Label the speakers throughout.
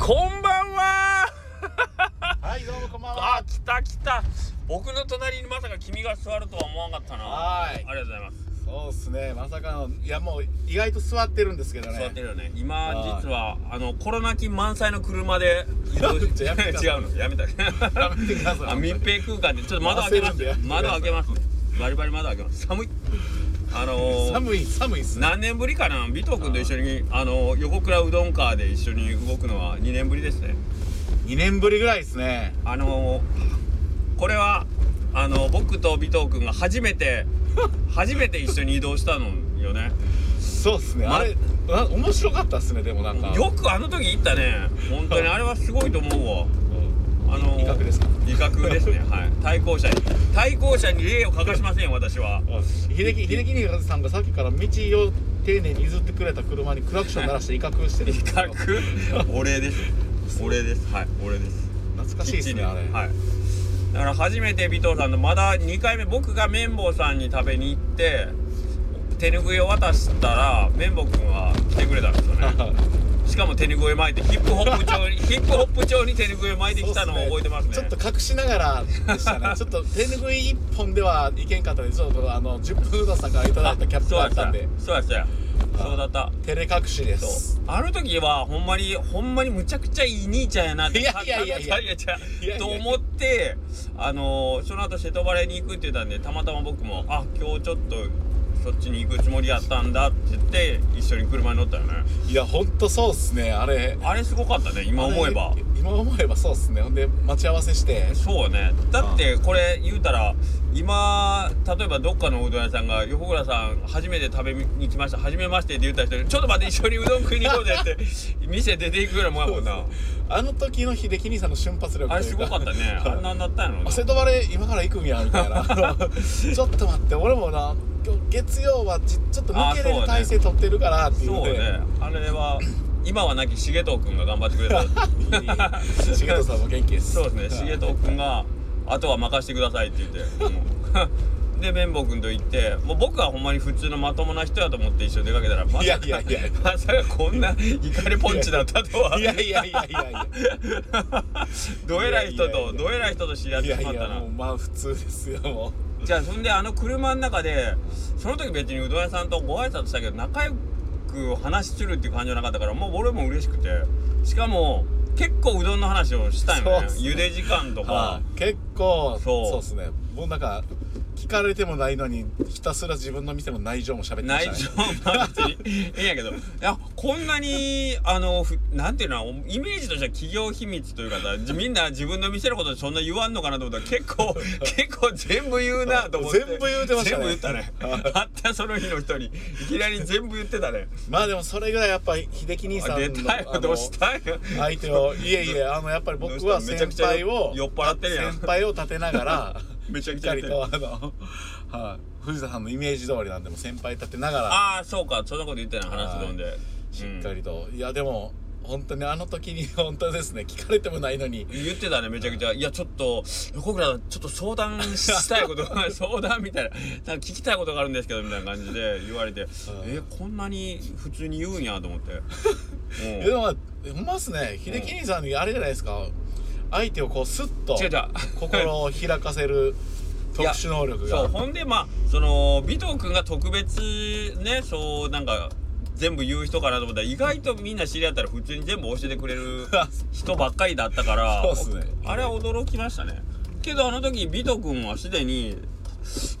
Speaker 1: こんばんは
Speaker 2: はい、どうもこんばんは
Speaker 1: あ。来た来た僕の隣にまさか君が座るとは思わなかったな
Speaker 2: はーい
Speaker 1: ありがとうございます、
Speaker 2: そうですね、まさかの、いやもう意外と座ってるんですけどね。
Speaker 1: 座って
Speaker 2: る。
Speaker 1: るよね今
Speaker 2: はい
Speaker 1: 実はあのコロナ期満載の車で移動し
Speaker 2: やめて くだ
Speaker 1: 違
Speaker 2: さいう
Speaker 1: のやめた
Speaker 2: やめてください
Speaker 1: あ密閉空間でちょっと窓開けま
Speaker 2: 焦るんでやめ
Speaker 1: す
Speaker 2: てください
Speaker 1: 窓開けますバリバリ窓開けます寒いあのー、
Speaker 2: 寒い、寒いっすね。
Speaker 1: 何年ぶりかな尾藤君と一緒にあの横倉うどんカーで一緒に動くのは2年ぶりですね
Speaker 2: 2年ぶりぐらいですね。
Speaker 1: あのこれはあの僕と尾藤君が初め て初めて一緒に移動したのよね
Speaker 2: そうっすね。
Speaker 1: ま
Speaker 2: あれ、あ面白かったっすね、でもなんか。
Speaker 1: よくあの時行ったね本当にあれはすごいと思うわあの
Speaker 2: 威嚇ですか
Speaker 1: 威嚇ですねはい対向車に対向車に礼を欠かしません私 は
Speaker 2: 秀樹、秀樹にさんがさっきから道を丁寧に譲ってくれた車にクラクション鳴らして威嚇して
Speaker 1: 威
Speaker 2: る。
Speaker 1: 嚇お礼ですお礼ですはいお礼です
Speaker 2: 懐かしいっすね、あれ。
Speaker 1: はいだから初めて尾藤さんのまだ2回目僕が綿棒さんに食べに行って手ぬぐいを渡したら綿棒くんは来てくれたんですよねしかも手ぬぐい巻いてヒップホップ調 にヒップホップ調に手ぬぐい巻いてきたのを覚えてますね
Speaker 2: ちょっと隠しながらでしたねちょっと手拭い1本ではいけんかったですちょっとあの10分うどんさんからいただいたキャップがあったんで
Speaker 1: そうやそうやそうやそうだった
Speaker 2: 照れ隠しで
Speaker 1: そう
Speaker 2: す
Speaker 1: あの時はほんまにほんまにむちゃくちゃいい兄ちゃんやなって
Speaker 2: いやいやいやいや
Speaker 1: いやい
Speaker 2: いやいや
Speaker 1: と思ってあのーその後瀬戸バレーに行くって言ったんでたまたま僕も「あ今日ちょっとそっちに行くつもりやったんだ」って言って一緒に車に乗ったよね
Speaker 2: いやほんとそうっすねあれ
Speaker 1: あれすごかったね今思えば
Speaker 2: あれ今思えばそうっすねほんで待ち合わせして
Speaker 1: そうねだってこれ言うたら今例えばどっかのうどん屋さんが「横倉さん初めて食べに来ました初めまして」って言った人に「ちょっと待って一緒にうどん食いに行こうぜ」って店出ていくようなもんやもんな。
Speaker 2: あの時の秀樹兄さんの瞬発力
Speaker 1: あれすごかったね。あんなんなったやろな。
Speaker 2: 瀬戸バレー今から行くんやみたい なちょっと待って俺もな今日月曜はちちょっと抜けれる体勢取ってるからっていうの
Speaker 1: そう
Speaker 2: で
Speaker 1: ね。あれは、今は亡き重藤君が頑張ってく れた。
Speaker 2: 重藤さんも元気です
Speaker 1: そうですね。重藤君が、あとは任せてくださいって言って。うん で、綿棒君と行って、もう僕はほんまに普通のまともな人やと思って一緒に出かけたら、ま
Speaker 2: い
Speaker 1: さ
Speaker 2: や
Speaker 1: か
Speaker 2: いやい や
Speaker 1: まさかこんな怒りポンチだったとは。
Speaker 2: いやいやいやいやいや
Speaker 1: どえらい人
Speaker 2: いやいや
Speaker 1: と、
Speaker 2: いや
Speaker 1: どえらい人と知り合っ
Speaker 2: い
Speaker 1: て
Speaker 2: や
Speaker 1: し
Speaker 2: い
Speaker 1: まった
Speaker 2: や
Speaker 1: な
Speaker 2: もう。まあ普通ですよも
Speaker 1: じゃあそんであの車の中でその時別にうどん屋さんとご挨拶したけど仲良く話するっていう感じじゃなかったからもう俺も嬉しくてしかも結構うどんの話をしたんよね
Speaker 2: そうっすね
Speaker 1: 茹で時間と
Speaker 2: う、
Speaker 1: か、
Speaker 2: はい結構
Speaker 1: そう
Speaker 2: そうですねもうなんか聞かれてもないのにひたすら自分の店の内情も喋ってまし
Speaker 1: 内
Speaker 2: たね
Speaker 1: 情は別にいいんやけどいやこんなにあのふなんていうのイメージとしては企業秘密というかさじみんな自分の店のことそんな言わんのかなと思ったら結 構結構全部言うなと思って
Speaker 2: 全部言うてましたね
Speaker 1: 全部言ったねあったその日の人にいきなり全部言ってたね
Speaker 2: まあでもそれぐらいやっぱり秀樹兄さん
Speaker 1: 出
Speaker 2: の
Speaker 1: た
Speaker 2: あ
Speaker 1: よ
Speaker 2: の
Speaker 1: どうしたんや
Speaker 2: 相手をいえいえあのやっぱり僕は
Speaker 1: め
Speaker 2: 先
Speaker 1: ちゃくちゃ
Speaker 2: 輩を
Speaker 1: 酔っ払ってるやん
Speaker 2: 先輩を立てな がら
Speaker 1: めちゃ
Speaker 2: し
Speaker 1: く
Speaker 2: っ
Speaker 1: ちゃ
Speaker 2: か
Speaker 1: 言
Speaker 2: り
Speaker 1: ってる
Speaker 2: とあの、はい、藤田さんのイメージ通りなんでもう先輩立てながら
Speaker 1: ああそうかそんなこと言ってない話すんで
Speaker 2: しっかりと、いやでも本当にあの時に本当ですね聞かれてもないのに
Speaker 1: 言ってたねめちゃくちゃいやちょっと横倉さんちょっと相談したいこと が相談みたいななんか聞きたいことがあるんですけどみたいな感じで言われてえこんなに普通に言うんやと 思ってうん
Speaker 2: いやでもまあほんまっすね秀樹兄さんにあれじゃないですか相手をこうスッと
Speaker 1: 違う違う
Speaker 2: 心を開か せる特殊能力
Speaker 1: そう
Speaker 2: が
Speaker 1: ほんでまあその尾藤君が特別ねそうなんか全部言う人かなと思ったら意外とみんな知り合ったら普通に全部教えてくれ る人ばっかりだったから
Speaker 2: そうっすね
Speaker 1: あれは驚きましたねけどあの時尾藤君はすでに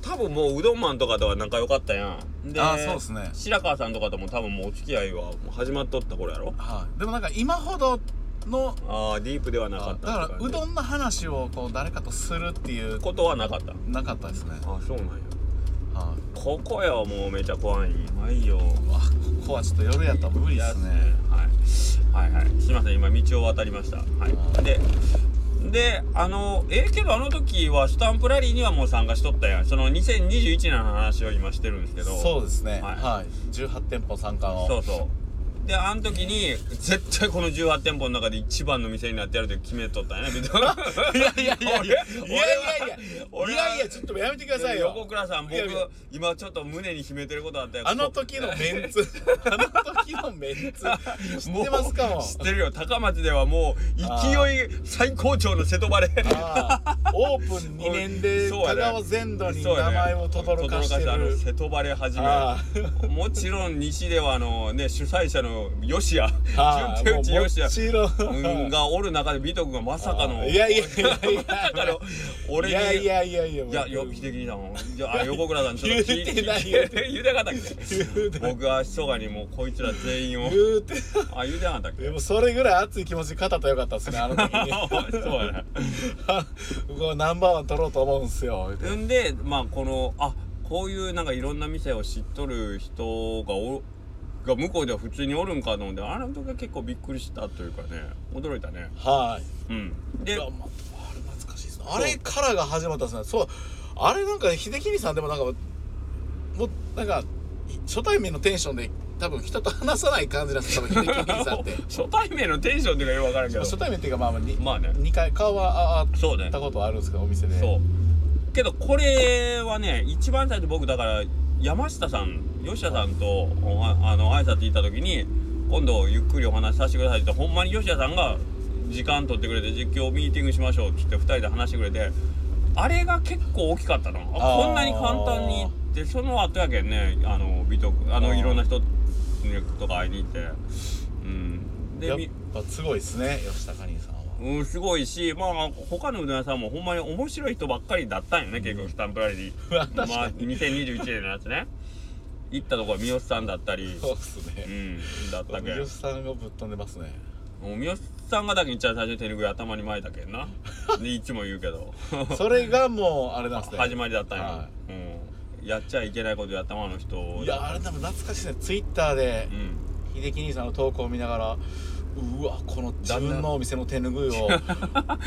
Speaker 1: 多分もううどんマンとかとは仲良かったやんで
Speaker 2: あそうっすね
Speaker 1: 白川さんとかとも多分もうお付き合いはもう始まっとった頃やろ
Speaker 2: はいでもなんか今ほどの
Speaker 1: ああディープではなか
Speaker 2: だ
Speaker 1: った
Speaker 2: か
Speaker 1: って
Speaker 2: ら
Speaker 1: 感
Speaker 2: う
Speaker 1: じ
Speaker 2: どんの話をこう誰かとするっていう
Speaker 1: ことはなかった
Speaker 2: なかったですね
Speaker 1: あそうなんや
Speaker 2: は
Speaker 1: ここやもうめちゃ怖いはいよ
Speaker 2: いわここはちょっと夜やったら無理ですね
Speaker 1: はい、はいはいすいません今道を渡りました、はい、でであのええけどあの時はスタンプラリーにはもう参加しとったやんその2021年の話を今してるんですけど
Speaker 2: そうですね
Speaker 1: は
Speaker 2: はいい、18店舗参加
Speaker 1: そ
Speaker 2: の
Speaker 1: うそうであの時に絶対この18店舗の中で一番の店になってやると決めとったん やねビト
Speaker 2: いやいやいやい
Speaker 1: 俺
Speaker 2: やいやいや
Speaker 1: 俺
Speaker 2: い
Speaker 1: は
Speaker 2: やいやちょっとやめてくださいよ
Speaker 1: 横倉さん僕
Speaker 2: いやいや
Speaker 1: 今ちょっと胸に秘めてることあったよ
Speaker 2: あの時の メンツあの時のメンツ知ってますかも
Speaker 1: う知ってるよ高松ではもう勢い最高潮の瀬戸バレ
Speaker 2: ああオープン2年で
Speaker 1: そうや
Speaker 2: 香
Speaker 1: ね
Speaker 2: 川全土に
Speaker 1: そうや
Speaker 2: 名
Speaker 1: ね
Speaker 2: 前を轟かして
Speaker 1: 轟あの
Speaker 2: る
Speaker 1: 瀬戸バレ始
Speaker 2: あ
Speaker 1: めもちろん西ではあのね主催者の吉谷
Speaker 2: ああ
Speaker 1: 順
Speaker 2: も
Speaker 1: 手打ち吉谷
Speaker 2: ちろ
Speaker 1: うん
Speaker 2: ん
Speaker 1: がおる中で美徳がまさかの
Speaker 2: いやいやいやいや
Speaker 1: まさかの俺
Speaker 2: い
Speaker 1: に
Speaker 2: やいやいやいや
Speaker 1: いや予備的にだもんじゃああ横倉さんちょっと聞い
Speaker 2: 言うてない
Speaker 1: 聞いて言うてなかったっ
Speaker 2: 言う
Speaker 1: け
Speaker 2: て
Speaker 1: 僕は密かにもうこいつら全員を
Speaker 2: 言うて
Speaker 1: あ言うてなかったっけ
Speaker 2: でもそれぐらい熱い気持ちで語ったらよかったですねあの時 に
Speaker 1: そうやね
Speaker 2: こうナンバーワン取ろうと思うんすよ言うて
Speaker 1: んでまあこのあこういうなんかいろんな店を知っとる人がおが向こうでは普通におるんかと思ってあの時は結構びっくりしたというかね驚いたね
Speaker 2: はい
Speaker 1: うん
Speaker 2: い
Speaker 1: で
Speaker 2: やまああれ懐かしいですねあれからが始まったんですねそうあれなんか秀樹さんでもなんかもうなんか初対面のテンションで多分人と話さない感じなんですよ多分秀樹さんって
Speaker 1: 初対面のテンションっていうかよくわからんけど
Speaker 2: 初対面っていうかまあまあに
Speaker 1: まあね
Speaker 2: 2回顔はああ会
Speaker 1: そうね
Speaker 2: ったことはあるんですけどお店で
Speaker 1: そうけどこれはね一番最初僕だから山下さん吉田さんとおはあの挨拶行った時に今度ゆっくりお話しさせてくださいってほんまに吉田さんが時間取ってくれて実況ミーティングしましょうって言って2人で話してくれてあれが結構大きかったなあ
Speaker 2: あー
Speaker 1: こんなに簡単にってその後やけんねあの美徳あ
Speaker 2: あ
Speaker 1: の
Speaker 2: ー
Speaker 1: いろんな人とか会いに行ってうん
Speaker 2: や
Speaker 1: で
Speaker 2: っ
Speaker 1: み
Speaker 2: ぱすごいですね吉高兄さんは
Speaker 1: うん、すごいし、まあ、他のうどん屋さんもほんまに面白い人ばっかりだったんよね、結局、スタンプラリー。
Speaker 2: まあ
Speaker 1: まあ
Speaker 2: 確か、に
Speaker 1: 2021年のやつね。行ったとこは三好さんだったり、
Speaker 2: そうです
Speaker 1: う
Speaker 2: ね
Speaker 1: ん、だったけ
Speaker 2: 三好さんがぶっ飛んでますね
Speaker 1: もう三好さんがだけ一番最初に手ぬぐい頭に巻いたけん な。で、いつも言うけど。
Speaker 2: それがもうあれなんですね
Speaker 1: 始まりだったんよ、
Speaker 2: は
Speaker 1: うん。やっちゃいけないことやったまの人を
Speaker 2: いやあれでも懐かしいですねツイッターで
Speaker 1: うん。
Speaker 2: 秀樹兄さんの投稿を見ながらうわこの自分のお店の手ぬぐい を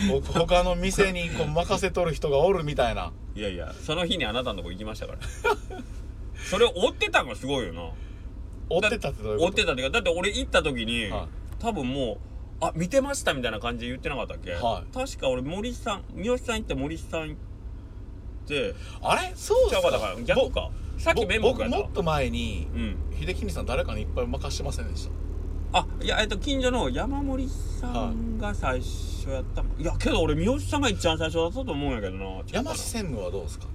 Speaker 2: 僕他の店にこう任せとる人がおるみたいない
Speaker 1: やいや、その日にあなたのとこ行きました から。それを追ってたんがすごいよな。
Speaker 2: 追ってたってどういう
Speaker 1: 追
Speaker 2: こ
Speaker 1: っ
Speaker 2: と
Speaker 1: てたっていうかだって俺行った時に、
Speaker 2: は
Speaker 1: 多分もう「あ見てました」みたいな感じで言ってなかったっけ、
Speaker 2: はい
Speaker 1: 確か俺森さん三好さん行って森さん行って
Speaker 2: あれそう
Speaker 1: ち
Speaker 2: で
Speaker 1: ゃ
Speaker 2: す
Speaker 1: うか
Speaker 2: か
Speaker 1: だから逆かさっき
Speaker 2: ぼ
Speaker 1: メモ
Speaker 2: 僕
Speaker 1: がや
Speaker 2: もっ
Speaker 1: った
Speaker 2: と前に
Speaker 1: うん
Speaker 2: 秀樹兄さん誰かにいっぱい任してませんでした
Speaker 1: あいやえっと近所の山森さんが最初やったか、い、やけど俺三好さんが一番最初だったと思うんやけどな違うかな
Speaker 2: 山下専務はどうですか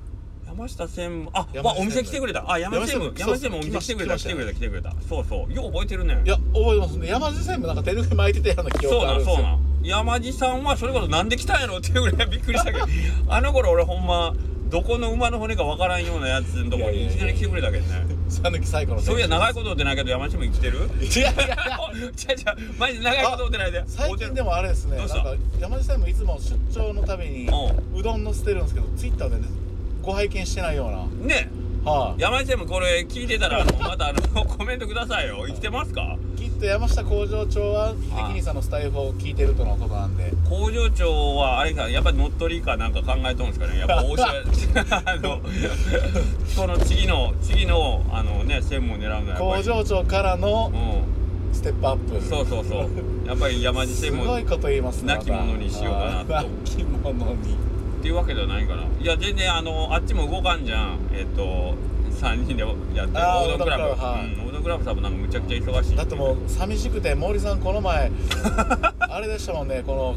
Speaker 1: 山下専務あ
Speaker 2: 山下専務
Speaker 1: わお店来てくれたあ山下専務山下
Speaker 2: 山
Speaker 1: 専
Speaker 2: 下専
Speaker 1: 務
Speaker 2: 務
Speaker 1: お店来てくれた来
Speaker 2: 来
Speaker 1: てく
Speaker 2: ました
Speaker 1: れ
Speaker 2: ね
Speaker 1: た来てくれたそうそうよう覚えてるね
Speaker 2: いや覚えてますね山下専務なんか手ぬぐい巻いてたような記憶
Speaker 1: そう
Speaker 2: が
Speaker 1: な
Speaker 2: ある
Speaker 1: ん
Speaker 2: んで
Speaker 1: そ
Speaker 2: す
Speaker 1: う
Speaker 2: よ
Speaker 1: なん山地さんはそれこそなんで来たんやろっていうぐらいびっくりしたけ どあの頃俺ほんまどこの馬の骨かわからんようなやつのとこ
Speaker 2: いやい
Speaker 1: にい
Speaker 2: やいや
Speaker 1: きなり来てくれたけどね
Speaker 2: 讃岐最古の
Speaker 1: そういや
Speaker 2: な
Speaker 1: 長いこと会ってないけど山地も生きてる
Speaker 2: いやいや
Speaker 1: あ
Speaker 2: いや
Speaker 1: ちゃちゃマジで長いこと会ってないで
Speaker 2: 最近でもあれですね
Speaker 1: ど
Speaker 2: な
Speaker 1: うんした
Speaker 2: か山下専務いつも出張のたびに
Speaker 1: う
Speaker 2: うどんの捨てるんですけどツイッターでねご拝見してないような
Speaker 1: ね
Speaker 2: はい、
Speaker 1: 山地でもこれ聞いてたらあのまたあのコメントくださいよ生きてますか
Speaker 2: きっと山下工場長は秀樹兄さんのスタイフを聞いてるとのことなんで
Speaker 1: 工場長はあれかやっぱり乗っ取りかなんか考えとるんですかねやっぱ大島 あ のこの次の次のあのね専務を狙うのはやっぱ
Speaker 2: 工
Speaker 1: り
Speaker 2: 場長からの
Speaker 1: う
Speaker 2: ステップアップ
Speaker 1: ん、そうそうそうやっぱり山地
Speaker 2: す
Speaker 1: 専
Speaker 2: ごい
Speaker 1: 門
Speaker 2: こと言いますね
Speaker 1: 亡き者にしようかなと
Speaker 2: あー亡き者に
Speaker 1: っていうわけではないからいや全然あのあっちも動かんじゃんえっ、と3人でやってる
Speaker 2: あー
Speaker 1: オードクラブ
Speaker 2: オードクラブはい
Speaker 1: うん、オードクラブさんもなんかむちゃくちゃ忙しい
Speaker 2: だってもう寂しくて森さんこの 前あれでしたもんねこの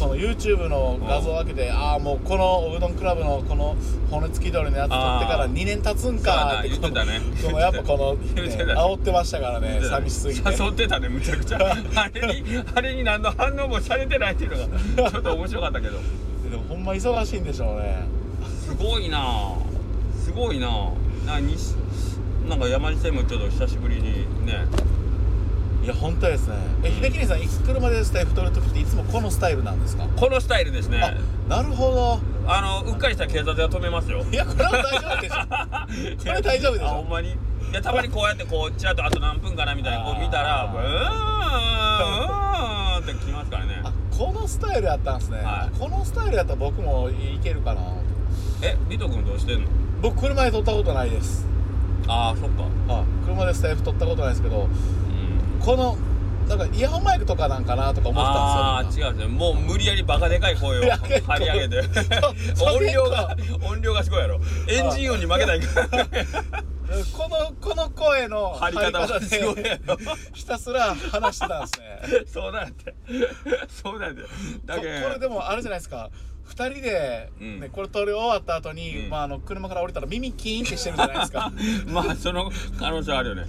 Speaker 2: この YouTube の画像を開けてああもうこのおうどんクラブのこの骨付き鳥のやつ撮ってから
Speaker 1: あー
Speaker 2: 2年経つん
Speaker 1: そうや
Speaker 2: か
Speaker 1: な
Speaker 2: って
Speaker 1: 言ってたね
Speaker 2: このやっぱこの、ね、
Speaker 1: 言ってた
Speaker 2: 煽ってましたからね寂しすぎて
Speaker 1: 誘ってたねむちゃくちゃ あれにあれに何の反応もされてないっていうのがちょっと面白かったけど
Speaker 2: でもほんま忙しいんでしょうね
Speaker 1: すごいなあすごいなあなんか西なんか山地専務ちょっと久しぶりにね
Speaker 2: いや本当ですねえ秀樹兄さんいつ車でスタイル太る時っていつもこのスタイルなんですか
Speaker 1: このスタイルですね
Speaker 2: あなるほど
Speaker 1: あのうっかりしたら警察が止めますよ
Speaker 2: いやこれは大丈夫でしょ これ大丈夫でし
Speaker 1: あほん
Speaker 2: ょ
Speaker 1: まにいやたまにこうやってこうちらっとあと何分かなみたいなこう見たらうーんうーんってきますからね
Speaker 2: あこのスタイルやったんですね、
Speaker 1: はい
Speaker 2: あこのスタイルやったら僕もいけるかな
Speaker 1: えビト君どうしてんの
Speaker 2: 僕車で撮ったことないです
Speaker 1: ああそっか
Speaker 2: あ車でスタイル撮ったことないですけど
Speaker 1: うん
Speaker 2: このなんかイヤホンマイクとかなんかなとか思った
Speaker 1: あ
Speaker 2: ん
Speaker 1: あ
Speaker 2: ですよ
Speaker 1: ー違うんですねもう無理やりバカでかい声を
Speaker 2: いや結構
Speaker 1: 張り上げて
Speaker 2: そ
Speaker 1: 音量が音量がすごいやろエンジン音に負けないから
Speaker 2: このこの声の
Speaker 1: 張り方は
Speaker 2: です
Speaker 1: ごいやろ
Speaker 2: ひたすら話してたんですね
Speaker 1: そうなんやってそうなんやってだ
Speaker 2: ここ
Speaker 1: け
Speaker 2: れでもあるじゃないですか2人で、
Speaker 1: うん
Speaker 2: ねこれ撮り終わった後に、
Speaker 1: うん
Speaker 2: まああの車から降りたら耳キーンってしてるじゃないですか
Speaker 1: まあその可能性あるよね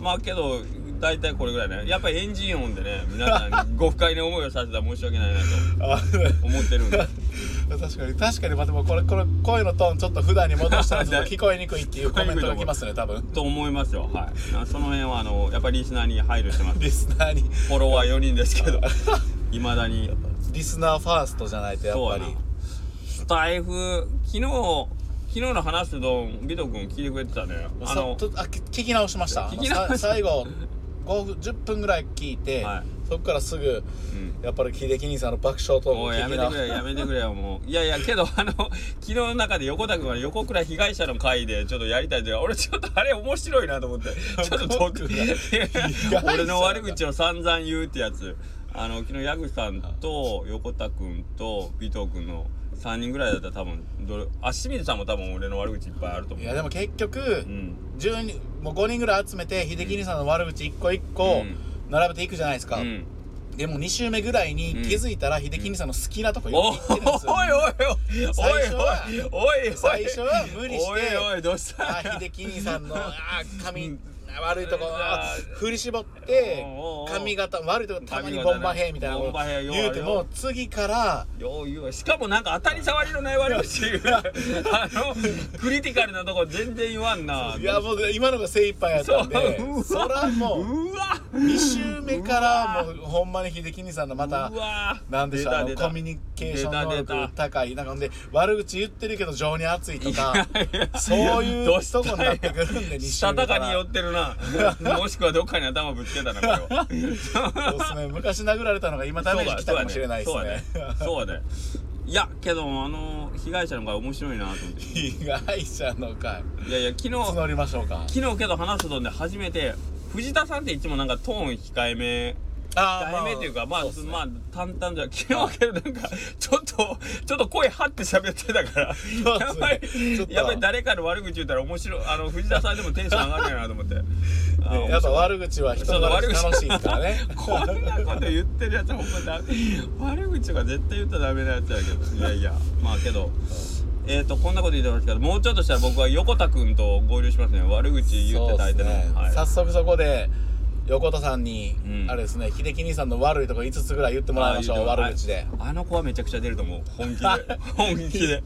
Speaker 1: まあけど大体これぐらいねやっぱりエンジン音でね皆さんにご不快な思いをさせたら申し訳ないな
Speaker 2: あ
Speaker 1: と思ってるんで
Speaker 2: 確かに確かにまあでもこれこれ声のトーンちょっと普段に戻したらちょっと聞こえにくいっていうコメントが来ますね多分
Speaker 1: と思いますよはいなその辺はあのやっぱりリスナーに配慮 してます
Speaker 2: リスナーに
Speaker 1: フォロワー4人ですけ どいまだに
Speaker 2: リスナーファーストじゃないとやっ
Speaker 1: そう
Speaker 2: ぱ
Speaker 1: やな
Speaker 2: り
Speaker 1: スタイフ昨日昨日の話すどんビト君聞いてくれてたねあ
Speaker 2: さ
Speaker 1: の
Speaker 2: とあき聞き直しました
Speaker 1: 聞き直した
Speaker 2: さ最後5分10分ぐらい聞いて、
Speaker 1: はい
Speaker 2: そこからすぐ
Speaker 1: うん
Speaker 2: やっぱり秀樹兄さんの爆笑トークを
Speaker 1: おいや
Speaker 2: 聞
Speaker 1: め
Speaker 2: き
Speaker 1: て
Speaker 2: 直
Speaker 1: くれよ
Speaker 2: し
Speaker 1: やめてくれよもういやいやけどあの昨日の中で横田君は横倉被害者の会でちょっとやりたいって俺ちょっとあれ面白いなと思ってちょっと遠く
Speaker 2: 被害者
Speaker 1: 俺の悪口を散々言うってやつあの昨日矢口さんと横田君と尾藤君の3人ぐらいだったら多分どれあ清水さんも多分俺の悪口いっぱいあると思
Speaker 2: いうやでも結局、
Speaker 1: うん
Speaker 2: 10人もう5人ぐらい集めて秀樹兄さんの悪口一個一個
Speaker 1: うん
Speaker 2: 並べていくじゃないです
Speaker 1: う
Speaker 2: か、
Speaker 1: ん
Speaker 2: でも2周目ぐらいに気づいたら秀樹兄さんの好きなとこ言
Speaker 1: おい
Speaker 2: ってるんですよ、
Speaker 1: おいおいおい
Speaker 2: 最初は
Speaker 1: おいおいおい
Speaker 2: 最初は無理して
Speaker 1: おいおいどうした
Speaker 2: あ秀樹兄さんのあー
Speaker 1: う
Speaker 2: 髪
Speaker 1: ん
Speaker 2: 悪いとこ
Speaker 1: うわー
Speaker 2: 振り絞って
Speaker 1: おうおうおう
Speaker 2: 髪型悪いとこたまに
Speaker 1: 髪
Speaker 2: ボ
Speaker 1: 型ね
Speaker 2: ンバーヘイみたいなこ
Speaker 1: ボ
Speaker 2: と
Speaker 1: ンバーヘイようある
Speaker 2: 言うても次から
Speaker 1: よう言うわしかもなんか当たり障りのない悪口言うあのクリティカルなとこ全然言わんない
Speaker 2: やもう今のが精一杯やったんで
Speaker 1: そううわ
Speaker 2: そらもう
Speaker 1: うわ
Speaker 2: 2周目からもうほんまに秀樹兄さんのまた
Speaker 1: うわ
Speaker 2: なんでしょうあのコミュニケーション能
Speaker 1: 出た出
Speaker 2: 力
Speaker 1: た
Speaker 2: 高いなんかほんで悪口言ってるけど情に熱いとかそういう
Speaker 1: どうした
Speaker 2: とこになってくるんで2周
Speaker 1: した
Speaker 2: 目
Speaker 1: た
Speaker 2: か
Speaker 1: かに寄
Speaker 2: ら
Speaker 1: ってるなもしくはどっかに頭ぶつけたなこれは
Speaker 2: そうですね昔殴られたのが今ダメージきたかもしれないですね
Speaker 1: そうだねそうだねいやけどあの被害者の会面白いなと思って
Speaker 2: 被害者の会
Speaker 1: いやいや昨日
Speaker 2: 募りましょうか
Speaker 1: 昨日けど話すとんで初めて藤田さんっていつもなんかトーン控えめ
Speaker 2: あ
Speaker 1: 控えめっていうかまあ、
Speaker 2: そうっすね
Speaker 1: まあ淡々じゃ昨日はけどなんかちょっとちょっと声張って喋ってたから
Speaker 2: そう
Speaker 1: や
Speaker 2: っすね
Speaker 1: っぱり
Speaker 2: ちょっと
Speaker 1: やっぱり誰かの悪口言ったら面白いあの藤田さんでもテンション上がるやなと思って、 あ
Speaker 2: ねやっぱ悪口は人の悪口楽しいですか らね
Speaker 1: こんなこと言ってるやつほんまだ悪口とか絶対言ったらダメなやつやけどいやいやまあけどえー、とこんなこと言ってますけどもうちょっとしたら僕は横田君と合流しますね悪口言ってた相手の、
Speaker 2: そうっすね
Speaker 1: はい
Speaker 2: 早速そこで横田さんに、
Speaker 1: うん
Speaker 2: あれですね秀樹兄さんの悪いとこ5つぐらい言ってもらいましょう
Speaker 1: ああ
Speaker 2: 悪口で
Speaker 1: ああの子はめちゃくちゃ出ると思う本気で本気で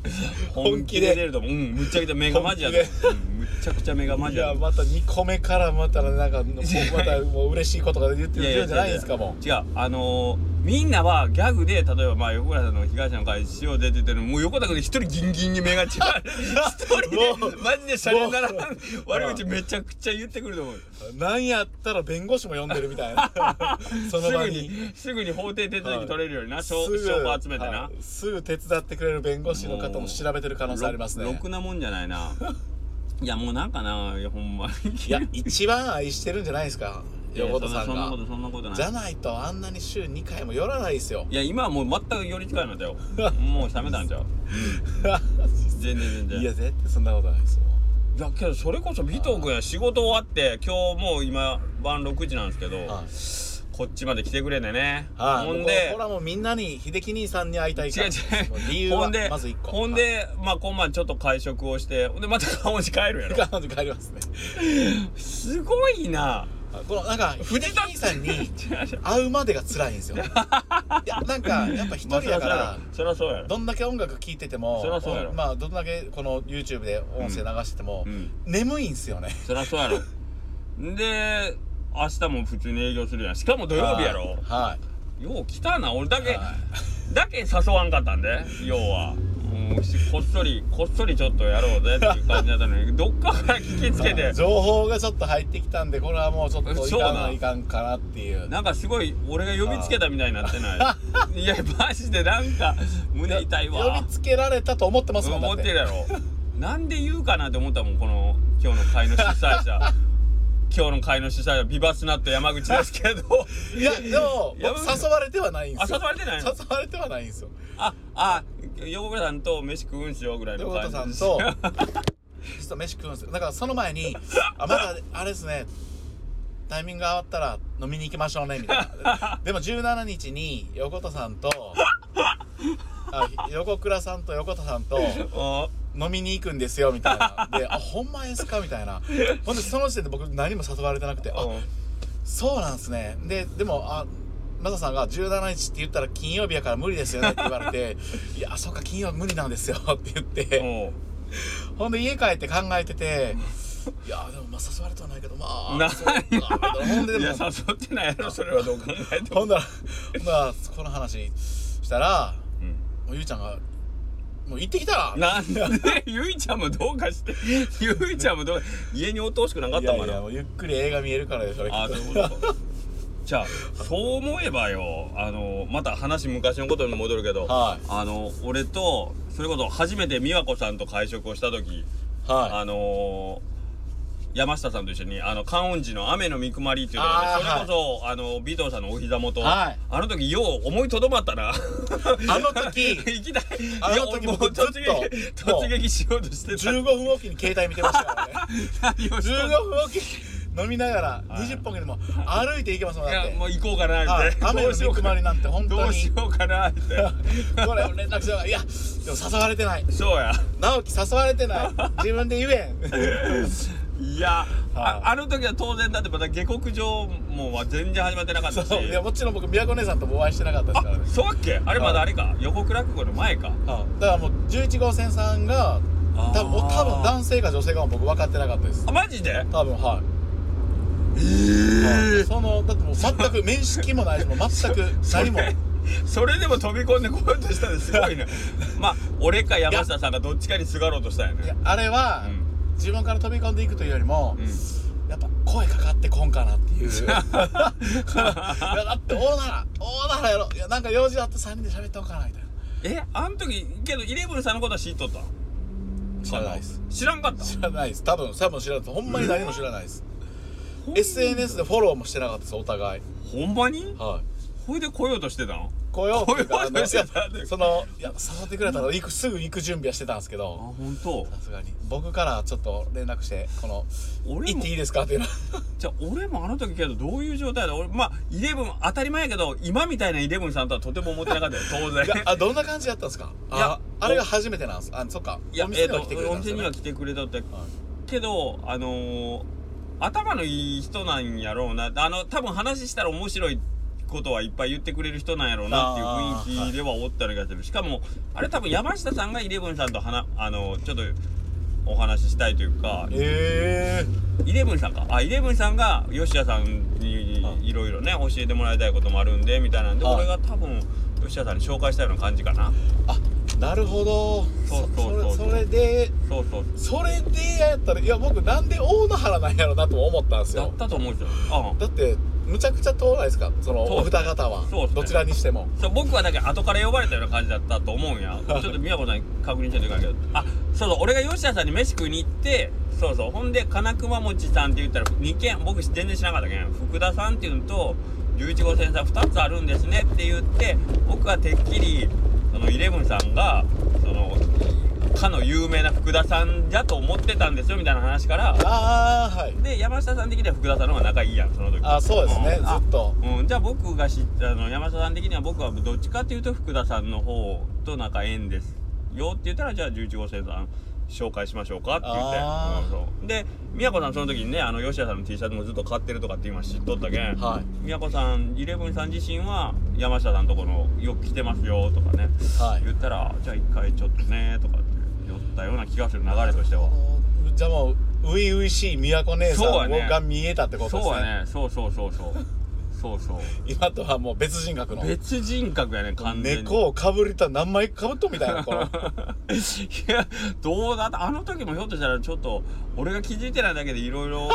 Speaker 2: 本
Speaker 1: 本
Speaker 2: 気
Speaker 1: 気
Speaker 2: で
Speaker 1: で出ると思ううんむっちゃくちゃメガマジやで、うん、むっちゃくちゃメガマ
Speaker 2: い
Speaker 1: ジや
Speaker 2: や
Speaker 1: と思う
Speaker 2: また2個目からまたなんかもうまたもう嬉しいことが言ってるんじゃないです かもう
Speaker 1: 違うあのー、みんなはギャグで例えばまあ横倉さんの被害者の会しようでって言ってるのにもう横田君で一人ギンギンに目が違う一人でマジでシャレにならん
Speaker 2: も
Speaker 1: 悪口めちゃくちゃ言ってくると思う
Speaker 2: なんやったら弁護士も呼んでるみ たいなその
Speaker 1: す
Speaker 2: 場
Speaker 1: ぐ
Speaker 2: に
Speaker 1: にすぐに法廷手続き取れるようにな、
Speaker 2: す
Speaker 1: 証
Speaker 2: ぐ
Speaker 1: 証拠集めてな、
Speaker 2: はいすぐ手伝ってくれる弁護士の方も調べてる可能性あります
Speaker 1: ろ
Speaker 2: ね
Speaker 1: くなもんじゃない ないやもうなんかないやほんまに
Speaker 2: いや一番愛してるんじゃないですか
Speaker 1: いや
Speaker 2: 横田さん
Speaker 1: そんな
Speaker 2: が
Speaker 1: ことそんなことない
Speaker 2: じゃないとあんなに週2回も寄らないですよ
Speaker 1: いや今はもう全く寄り近いの だよもう冷めたんちゃう全然全然
Speaker 2: いや絶対そんなことないですよ
Speaker 1: いやけどそれこそ尾藤君や仕事終わって今日もう今晩6時なんですけど、
Speaker 2: はい
Speaker 1: こっちまで来てくれてね、
Speaker 2: はい
Speaker 1: ほん
Speaker 2: もう
Speaker 1: で
Speaker 2: これはもうみんなに秀樹兄さんに会いたいから
Speaker 1: 違う
Speaker 2: もう
Speaker 1: 違う
Speaker 2: 理由
Speaker 1: ほ
Speaker 2: は
Speaker 1: んで
Speaker 2: まず1個
Speaker 1: ほん
Speaker 2: はい
Speaker 1: で、まあ今晩ちょっと会食をしてほんでまた顔し帰るやろ
Speaker 2: ガーンと帰りますね
Speaker 1: すごいな
Speaker 2: はいこのなんか秀樹兄さ
Speaker 1: 違
Speaker 2: ん
Speaker 1: う
Speaker 2: に
Speaker 1: 違う
Speaker 2: 会うまでが辛いんで すよいやなんかやっぱ一人だから
Speaker 1: そりゃそうやろ
Speaker 2: どんだけ音楽聴いてても
Speaker 1: そりゃそうやろ
Speaker 2: まあどんだけこの YouTube で音声流してても、
Speaker 1: うん
Speaker 2: 眠いんすよね
Speaker 1: そりゃそうやろで明日も普通に営業するやんしかも土曜日やろ
Speaker 2: はい
Speaker 1: よう来たな俺だけ
Speaker 2: は
Speaker 1: だけ誘わんかったんで要はもうしこっそりこっそりちょっとやろうぜっていう感じだったの にどっかから聞きつけて
Speaker 2: 情報がちょっと入ってきたんでこれはもうちょっとい
Speaker 1: そうな
Speaker 2: か
Speaker 1: ん
Speaker 2: ないかんかなっていう
Speaker 1: なんかすごい俺が呼びつけたみたいになってないいやマジでなんか胸痛いわ
Speaker 2: 呼びつけられたと思ってますもんだ
Speaker 1: 思
Speaker 2: っ
Speaker 1: って てるやろなんで言うかなって思ったもんこの今日の会の主催者今日の会の主催はビバスナット山口ですけど
Speaker 2: いやでも
Speaker 1: や
Speaker 2: 僕誘われてはないんで
Speaker 1: あ
Speaker 2: す
Speaker 1: 誘
Speaker 2: よ
Speaker 1: われてないの
Speaker 2: 誘われてはないんですよ
Speaker 1: ああ横倉さんと飯食うんしようぐらい
Speaker 2: で
Speaker 1: の
Speaker 2: 太
Speaker 1: 感
Speaker 2: 田
Speaker 1: じ
Speaker 2: さんと実は飯食うんですよだからその前 にあまだあれですねタイミングが合ったら飲みに行きましょうねみたい なでも17日に横田さんとあ横倉さんと横田さんと
Speaker 1: お
Speaker 2: 飲みに行くんですよみたい なで「あほんまですか?」みたいなほんでその時点で僕何も誘われてなくて「あ
Speaker 1: お
Speaker 2: そうなんですねででもあマサさんが17日って言ったら金曜日やから無理ですよねって言わ れて「いやそっか金曜日無理なんですよ」って言って
Speaker 1: お
Speaker 2: ほんで家帰って考えてて「いやでもまあ誘われてはないけどまあ
Speaker 1: な
Speaker 2: そうか」みたいなほんで
Speaker 1: い
Speaker 2: で
Speaker 1: や
Speaker 2: も
Speaker 1: 誘ってないやろそれはどう考えても、
Speaker 2: ほんだらまあこの話したらもうゆうちゃんが「もう行ってきたら」
Speaker 1: なんでゆいちゃんもどうかしてゆいちゃんもどう家におってほしくなかっ
Speaker 2: い
Speaker 1: た
Speaker 2: や
Speaker 1: んか
Speaker 2: いや
Speaker 1: な
Speaker 2: もうゆっくり映画見えるからでしょ
Speaker 1: あそういうことじゃあそう思えばよあのまた話昔のことに戻るけど、
Speaker 2: はい
Speaker 1: あの俺とそれこそ初めて美和子さんと会食をした時
Speaker 2: はい
Speaker 1: あのー、山下さんと一緒にあの観音寺の雨の見くまりっていうとこ
Speaker 2: あー
Speaker 1: ろでそれこそ、あの尾藤さんのお膝元、
Speaker 2: はい
Speaker 1: あの時よう思いとどま ったな
Speaker 2: あの時
Speaker 1: 行きたい
Speaker 2: あの時
Speaker 1: いやもう
Speaker 2: 僕ずっと
Speaker 1: 突撃
Speaker 2: もう
Speaker 1: 突撃しようとしてた
Speaker 2: 15分おきに携帯見てましたからね
Speaker 1: 何をし
Speaker 2: 15
Speaker 1: とんの
Speaker 2: 分おきに飲みながら
Speaker 1: はい
Speaker 2: 20分でも歩いていけますもんだっ
Speaker 1: い
Speaker 2: て
Speaker 1: やもう行こうかなみた
Speaker 2: はい
Speaker 1: いな
Speaker 2: 雨のぬくまりなんて本
Speaker 1: ど
Speaker 2: 当
Speaker 1: うし
Speaker 2: に
Speaker 1: ようかなみたい な
Speaker 2: これ連絡しながらいやでも誘われてない
Speaker 1: そうや
Speaker 2: 直樹誘われてない自分で言 えん
Speaker 1: いや、
Speaker 2: は
Speaker 1: ああの時は当然だってまだ下克上もは全然始まってなかったし
Speaker 2: そういやもちろん僕宮古姉さんともお会いしてなかったですからね
Speaker 1: そうだっけあれまだあれか、横倉久保の前か
Speaker 2: はいだからもう11号線さんが
Speaker 1: あー
Speaker 2: 多分多分男性か女性かも僕分かってなかったです
Speaker 1: あマジで
Speaker 2: 多分はいはいそのだってもう全く面識もないしもう全く何も
Speaker 1: それでも飛び込んでこようとしたのすご いねまあ俺か山下さんがどっちかにすがろうとしたよ
Speaker 2: い
Speaker 1: ね
Speaker 2: やあれは、
Speaker 1: うん
Speaker 2: 自分から飛び込んでいくというよりも、
Speaker 1: うん
Speaker 2: やっぱ声かかってこんかなって いう いやだって大なら大ならやろいやなんか用事あって3人で喋っとこうかなみたいな
Speaker 1: えあん時けどイレブンさんのことは知っとったの
Speaker 2: 知らないです
Speaker 1: 知らんかった
Speaker 2: 知らないです多分多分知らないですほんまに何も知らないです、
Speaker 1: ほん
Speaker 2: SNS でフォローもしてなかったですお互い
Speaker 1: ほんまに
Speaker 2: はい
Speaker 1: ほいで来ようとしてたの
Speaker 2: 来ようっていうか
Speaker 1: 来ようとしてた
Speaker 2: あのいやそのいや誘ってくれたら行くすぐ行く準備はしてたんですけ
Speaker 1: あ
Speaker 2: ど
Speaker 1: 本当。
Speaker 2: さすがに僕からちょっと連絡してこの
Speaker 1: 俺
Speaker 2: 行っ
Speaker 1: も
Speaker 2: ていいですかっていうの
Speaker 1: じゃあ俺もあの時けどどういう状態だ俺まあイレブン当たり前やけど今みたいなイレブンさんとはとても思ってなかったよ当然
Speaker 2: いやあどんな感じだったんですか
Speaker 1: いや
Speaker 2: ああれが初めてなんですあそっか
Speaker 1: いや
Speaker 2: お
Speaker 1: え
Speaker 2: 店
Speaker 1: っ
Speaker 2: には来て
Speaker 1: と
Speaker 2: くれ
Speaker 1: お
Speaker 2: たんです
Speaker 1: 店
Speaker 2: よ、
Speaker 1: に
Speaker 2: ね
Speaker 1: は来てくれたって
Speaker 2: はい
Speaker 1: けどあのー頭のいい人なんやろうなあの多分話したら面白いことはいっぱい言ってくれる人なんやろうなっていう雰囲気ではおったりがするしかもあれ多分山下さんがイレブンさんとはなあのちょっとお話ししたいというか
Speaker 2: え
Speaker 1: イレブンさんかあイレブンさんが吉谷さんにいろいろね教えてもらいたいこともあるんでみたいなんで
Speaker 2: はい
Speaker 1: 俺が多分吉谷さんに紹介したような感じかな
Speaker 2: えあなるほど
Speaker 1: そうそうそう
Speaker 2: それそれで
Speaker 1: そうそう
Speaker 2: それでやったらいや僕なんで大野原なんやろなとも思ったんです
Speaker 1: だ
Speaker 2: よ
Speaker 1: ったと思うんですよあ
Speaker 2: だってむちゃくちゃ遠ないですかその
Speaker 1: そう
Speaker 2: お
Speaker 1: です
Speaker 2: 二
Speaker 1: ね
Speaker 2: 方は、
Speaker 1: そうですね
Speaker 2: どちらにしても
Speaker 1: そう僕はだけど後から呼ばれたような感じだったと思うん やちょっと宮古さんに確認してるからけどあそうそう俺が吉田さんに飯食いに行ってそうそうほんで金熊餅さんって言ったら2軒僕全然知らなかったけん福田さんっていうのと11号線さん2つあるんですねって言って僕はてっきりそのイレブンさんがそのかの有名な福田さんだと思ってたんですよみたいな話から
Speaker 2: ああはい
Speaker 1: で山下さん的には福田さんの方が仲いいやんその時
Speaker 2: あそうですね
Speaker 1: んあ
Speaker 2: ずっと
Speaker 1: うん、じゃあ僕が知ったあの山下さん的には僕はどっちかっていうと福田さんの方と仲縁ですよって言ったらじゃあ11号線さん紹介しましょうかって言って、
Speaker 2: あー
Speaker 1: うんそうで宮子さんその時にねあの吉谷さんの T シャツもずっと買ってるとかって今知っとったけん
Speaker 2: はい
Speaker 1: 宮子さんイレブンさん自身は山下さんとこのよく来てますよとかね
Speaker 2: はい
Speaker 1: 言ったらじゃあ一回ちょっとねとかって言ったような気がする流れとしては
Speaker 2: あ。のじゃあもう初々しい宮古姉さ
Speaker 1: そうや
Speaker 2: ん
Speaker 1: ね
Speaker 2: が見えたってことですね
Speaker 1: そうやねそうそうそうそうそう そう
Speaker 2: 今とはもう別人格の
Speaker 1: 別人格やね完全に
Speaker 2: 猫をかぶりた何枚かぶっとんみたいな この
Speaker 1: いやどうだったあの時もひょっとしたらちょっと俺が気づいてないだけでいろい ろ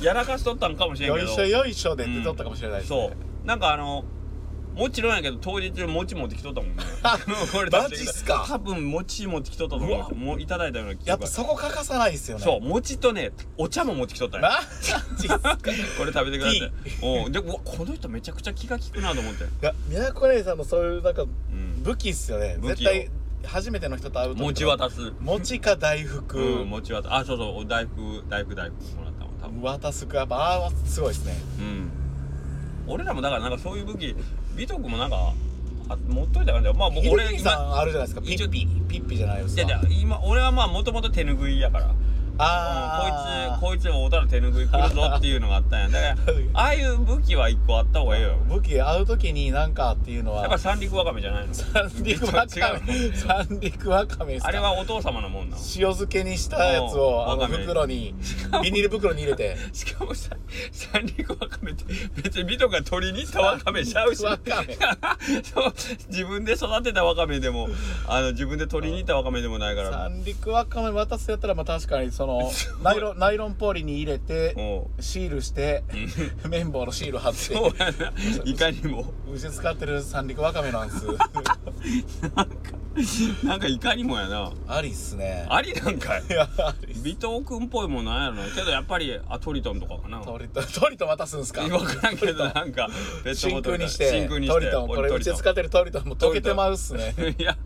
Speaker 1: やらかしとったんかもしれん
Speaker 2: よ
Speaker 1: け
Speaker 2: い
Speaker 1: ど
Speaker 2: しょよいしょでっ
Speaker 1: う
Speaker 2: て
Speaker 1: ん
Speaker 2: 撮ったかもしれないです、ね
Speaker 1: そうなんかあのもちろんやけど当日中餅持ってきとったもん ねこれ
Speaker 2: マジっすか
Speaker 1: 多分餅持ってきとったと
Speaker 2: う
Speaker 1: 思
Speaker 2: わ
Speaker 1: うもういただいたような気が
Speaker 2: やっぱそこ欠かさないですよね
Speaker 1: そう餅とねお茶も持ってきとったんよ
Speaker 2: マジっすか
Speaker 1: これ食べてください
Speaker 2: テ
Speaker 1: おうでうわこの人めちゃくちゃ気が利くなと思って、
Speaker 2: いや宮古姉さんのそういうなんか
Speaker 1: うん、
Speaker 2: 武器っすよね
Speaker 1: 武器
Speaker 2: 絶
Speaker 1: よ
Speaker 2: 対初めての人と会う時と
Speaker 1: 餅渡す
Speaker 2: 餅か大福、
Speaker 1: うん餅渡すあそうそうお大福大福大福もらったもん多分
Speaker 2: 渡すかやっぱああすごいですね
Speaker 1: うん俺らもだからなんかそういう武器美徳もなんかあ持っといた感じだよまあもう
Speaker 2: ヒデ
Speaker 1: 俺
Speaker 2: キさんあるじゃないですかピ
Speaker 1: 一応
Speaker 2: ッピピッピじゃないです
Speaker 1: い
Speaker 2: か
Speaker 1: やいや今俺はまあもともと手ぬぐいやから
Speaker 2: ああ
Speaker 1: こいつこいつおたら手ぬぐい来るぞっていうのがあったんやだからああいう武器は一個あった方がいいよ
Speaker 2: 武器会う時になんかっていうの
Speaker 1: やっぱ
Speaker 2: は
Speaker 1: 三陸わかめじゃないの
Speaker 2: 三陸わか
Speaker 1: 違う
Speaker 2: め三陸わかめですか
Speaker 1: あれはお父様のもんなの
Speaker 2: 塩漬けにしたやつ
Speaker 1: うん
Speaker 2: を
Speaker 1: わ
Speaker 2: あの
Speaker 1: かめ
Speaker 2: 袋にビニール袋に入れて
Speaker 1: しかもさ三陸わかめって別に美徳が取りに行ったわかめちゃうし
Speaker 2: わかめ
Speaker 1: そう自分で育てたわかめでもあの自分で取りに行ったわかめでもないから
Speaker 2: 三陸わかめ渡すやったらまあ確かに そのナイロンナイロンポーリに入れて
Speaker 1: も
Speaker 2: シールして綿棒のシール貼っ
Speaker 1: うそう
Speaker 2: て
Speaker 1: やないかにも
Speaker 2: うち使ってる三陸わかめなん です
Speaker 1: なんかいかにもやな
Speaker 2: ありっすね
Speaker 1: ありなんかい
Speaker 2: いやありっす
Speaker 1: 美藤君っぽいもんなんやろなけどやっぱりあトリトンとかかな
Speaker 2: トリとトリと渡すんすか
Speaker 1: 分からんけどなんかペット
Speaker 2: 真
Speaker 1: ボト
Speaker 2: 空
Speaker 1: ル
Speaker 2: にして
Speaker 1: 真空にして
Speaker 2: トリトンこれうちで使ってるトリトンも溶けてまうっすね
Speaker 1: 俺トリトンいや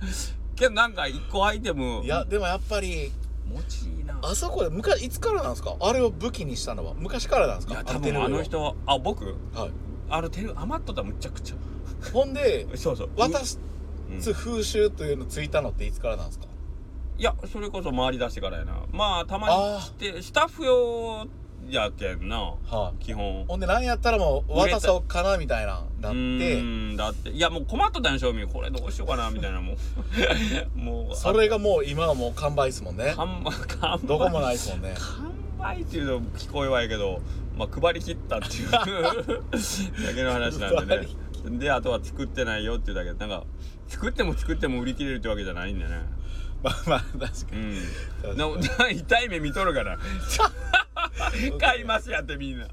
Speaker 1: けどなんか一個アイテム
Speaker 2: いやでもやっぱり
Speaker 1: 持ちいいな
Speaker 2: あそこで昔いつからなんですかあれを武器にしたのは昔からなんです
Speaker 1: い
Speaker 2: か
Speaker 1: や多分あの人はあ僕
Speaker 2: 手拭いをはい
Speaker 1: あの手ぬ余っとったらむちゃくちゃ
Speaker 2: ほんで
Speaker 1: そうそう
Speaker 2: 渡
Speaker 1: う
Speaker 2: す
Speaker 1: うん
Speaker 2: 風習というのついたのっていつからなんですか
Speaker 1: いやそれこそ回り出してからやなまあたまに来てスタッフ用やけんな
Speaker 2: は
Speaker 1: 基本
Speaker 2: ほんで何やったらもう渡そうかなみたいななっ
Speaker 1: う
Speaker 2: て
Speaker 1: ーんだっていやもう困っとったんでしょみこれどうしようかなみたいなもう もう
Speaker 2: それがもう今はもう完売ですもんね
Speaker 1: 完売完売
Speaker 2: どこもないですも んね
Speaker 1: 完売っていうのも聞こえはいいけどまあ配り切ったっていう だけの話なんで
Speaker 2: 配
Speaker 1: ね
Speaker 2: り
Speaker 1: であとは作ってないよっていうだけなんか作っても作っても売り切れるってわけじゃないんだよね
Speaker 2: まあまあ確か
Speaker 1: うんでも痛い目見とるから 買いますやってみんな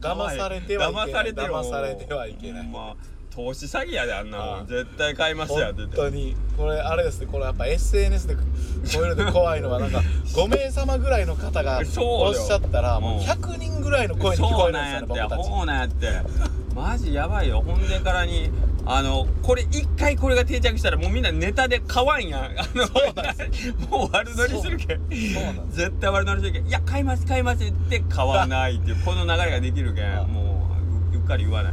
Speaker 2: 騙されてはいけない
Speaker 1: 騙されてよ
Speaker 2: 騙されてはいけない
Speaker 1: ほんま投資詐欺やであんなもん
Speaker 2: ああ
Speaker 1: 絶対買いますやって言
Speaker 2: 本
Speaker 1: って
Speaker 2: 当にこれあれですねこれやっぱ SNS でこういうので怖いのはなんか 5名様ぐらいの方が
Speaker 1: そうよ
Speaker 2: おっしゃったらも
Speaker 1: うん
Speaker 2: う100人ぐらいの声に聞
Speaker 1: そ
Speaker 2: こ
Speaker 1: う
Speaker 2: える
Speaker 1: なんや
Speaker 2: ん
Speaker 1: っ
Speaker 2: です
Speaker 1: て
Speaker 2: よね僕たち
Speaker 1: そうなんやってマジやばいよほんでからにあのこれ一回これが定着したらもうみんなネタで買わんやんあの
Speaker 2: そうなんで
Speaker 1: もう悪乗りするけん
Speaker 2: そうなんで
Speaker 1: 絶対悪乗りするけんいや買います買いますって買わないっていうこの流れができるけ
Speaker 2: あ
Speaker 1: んもうううっかり言わない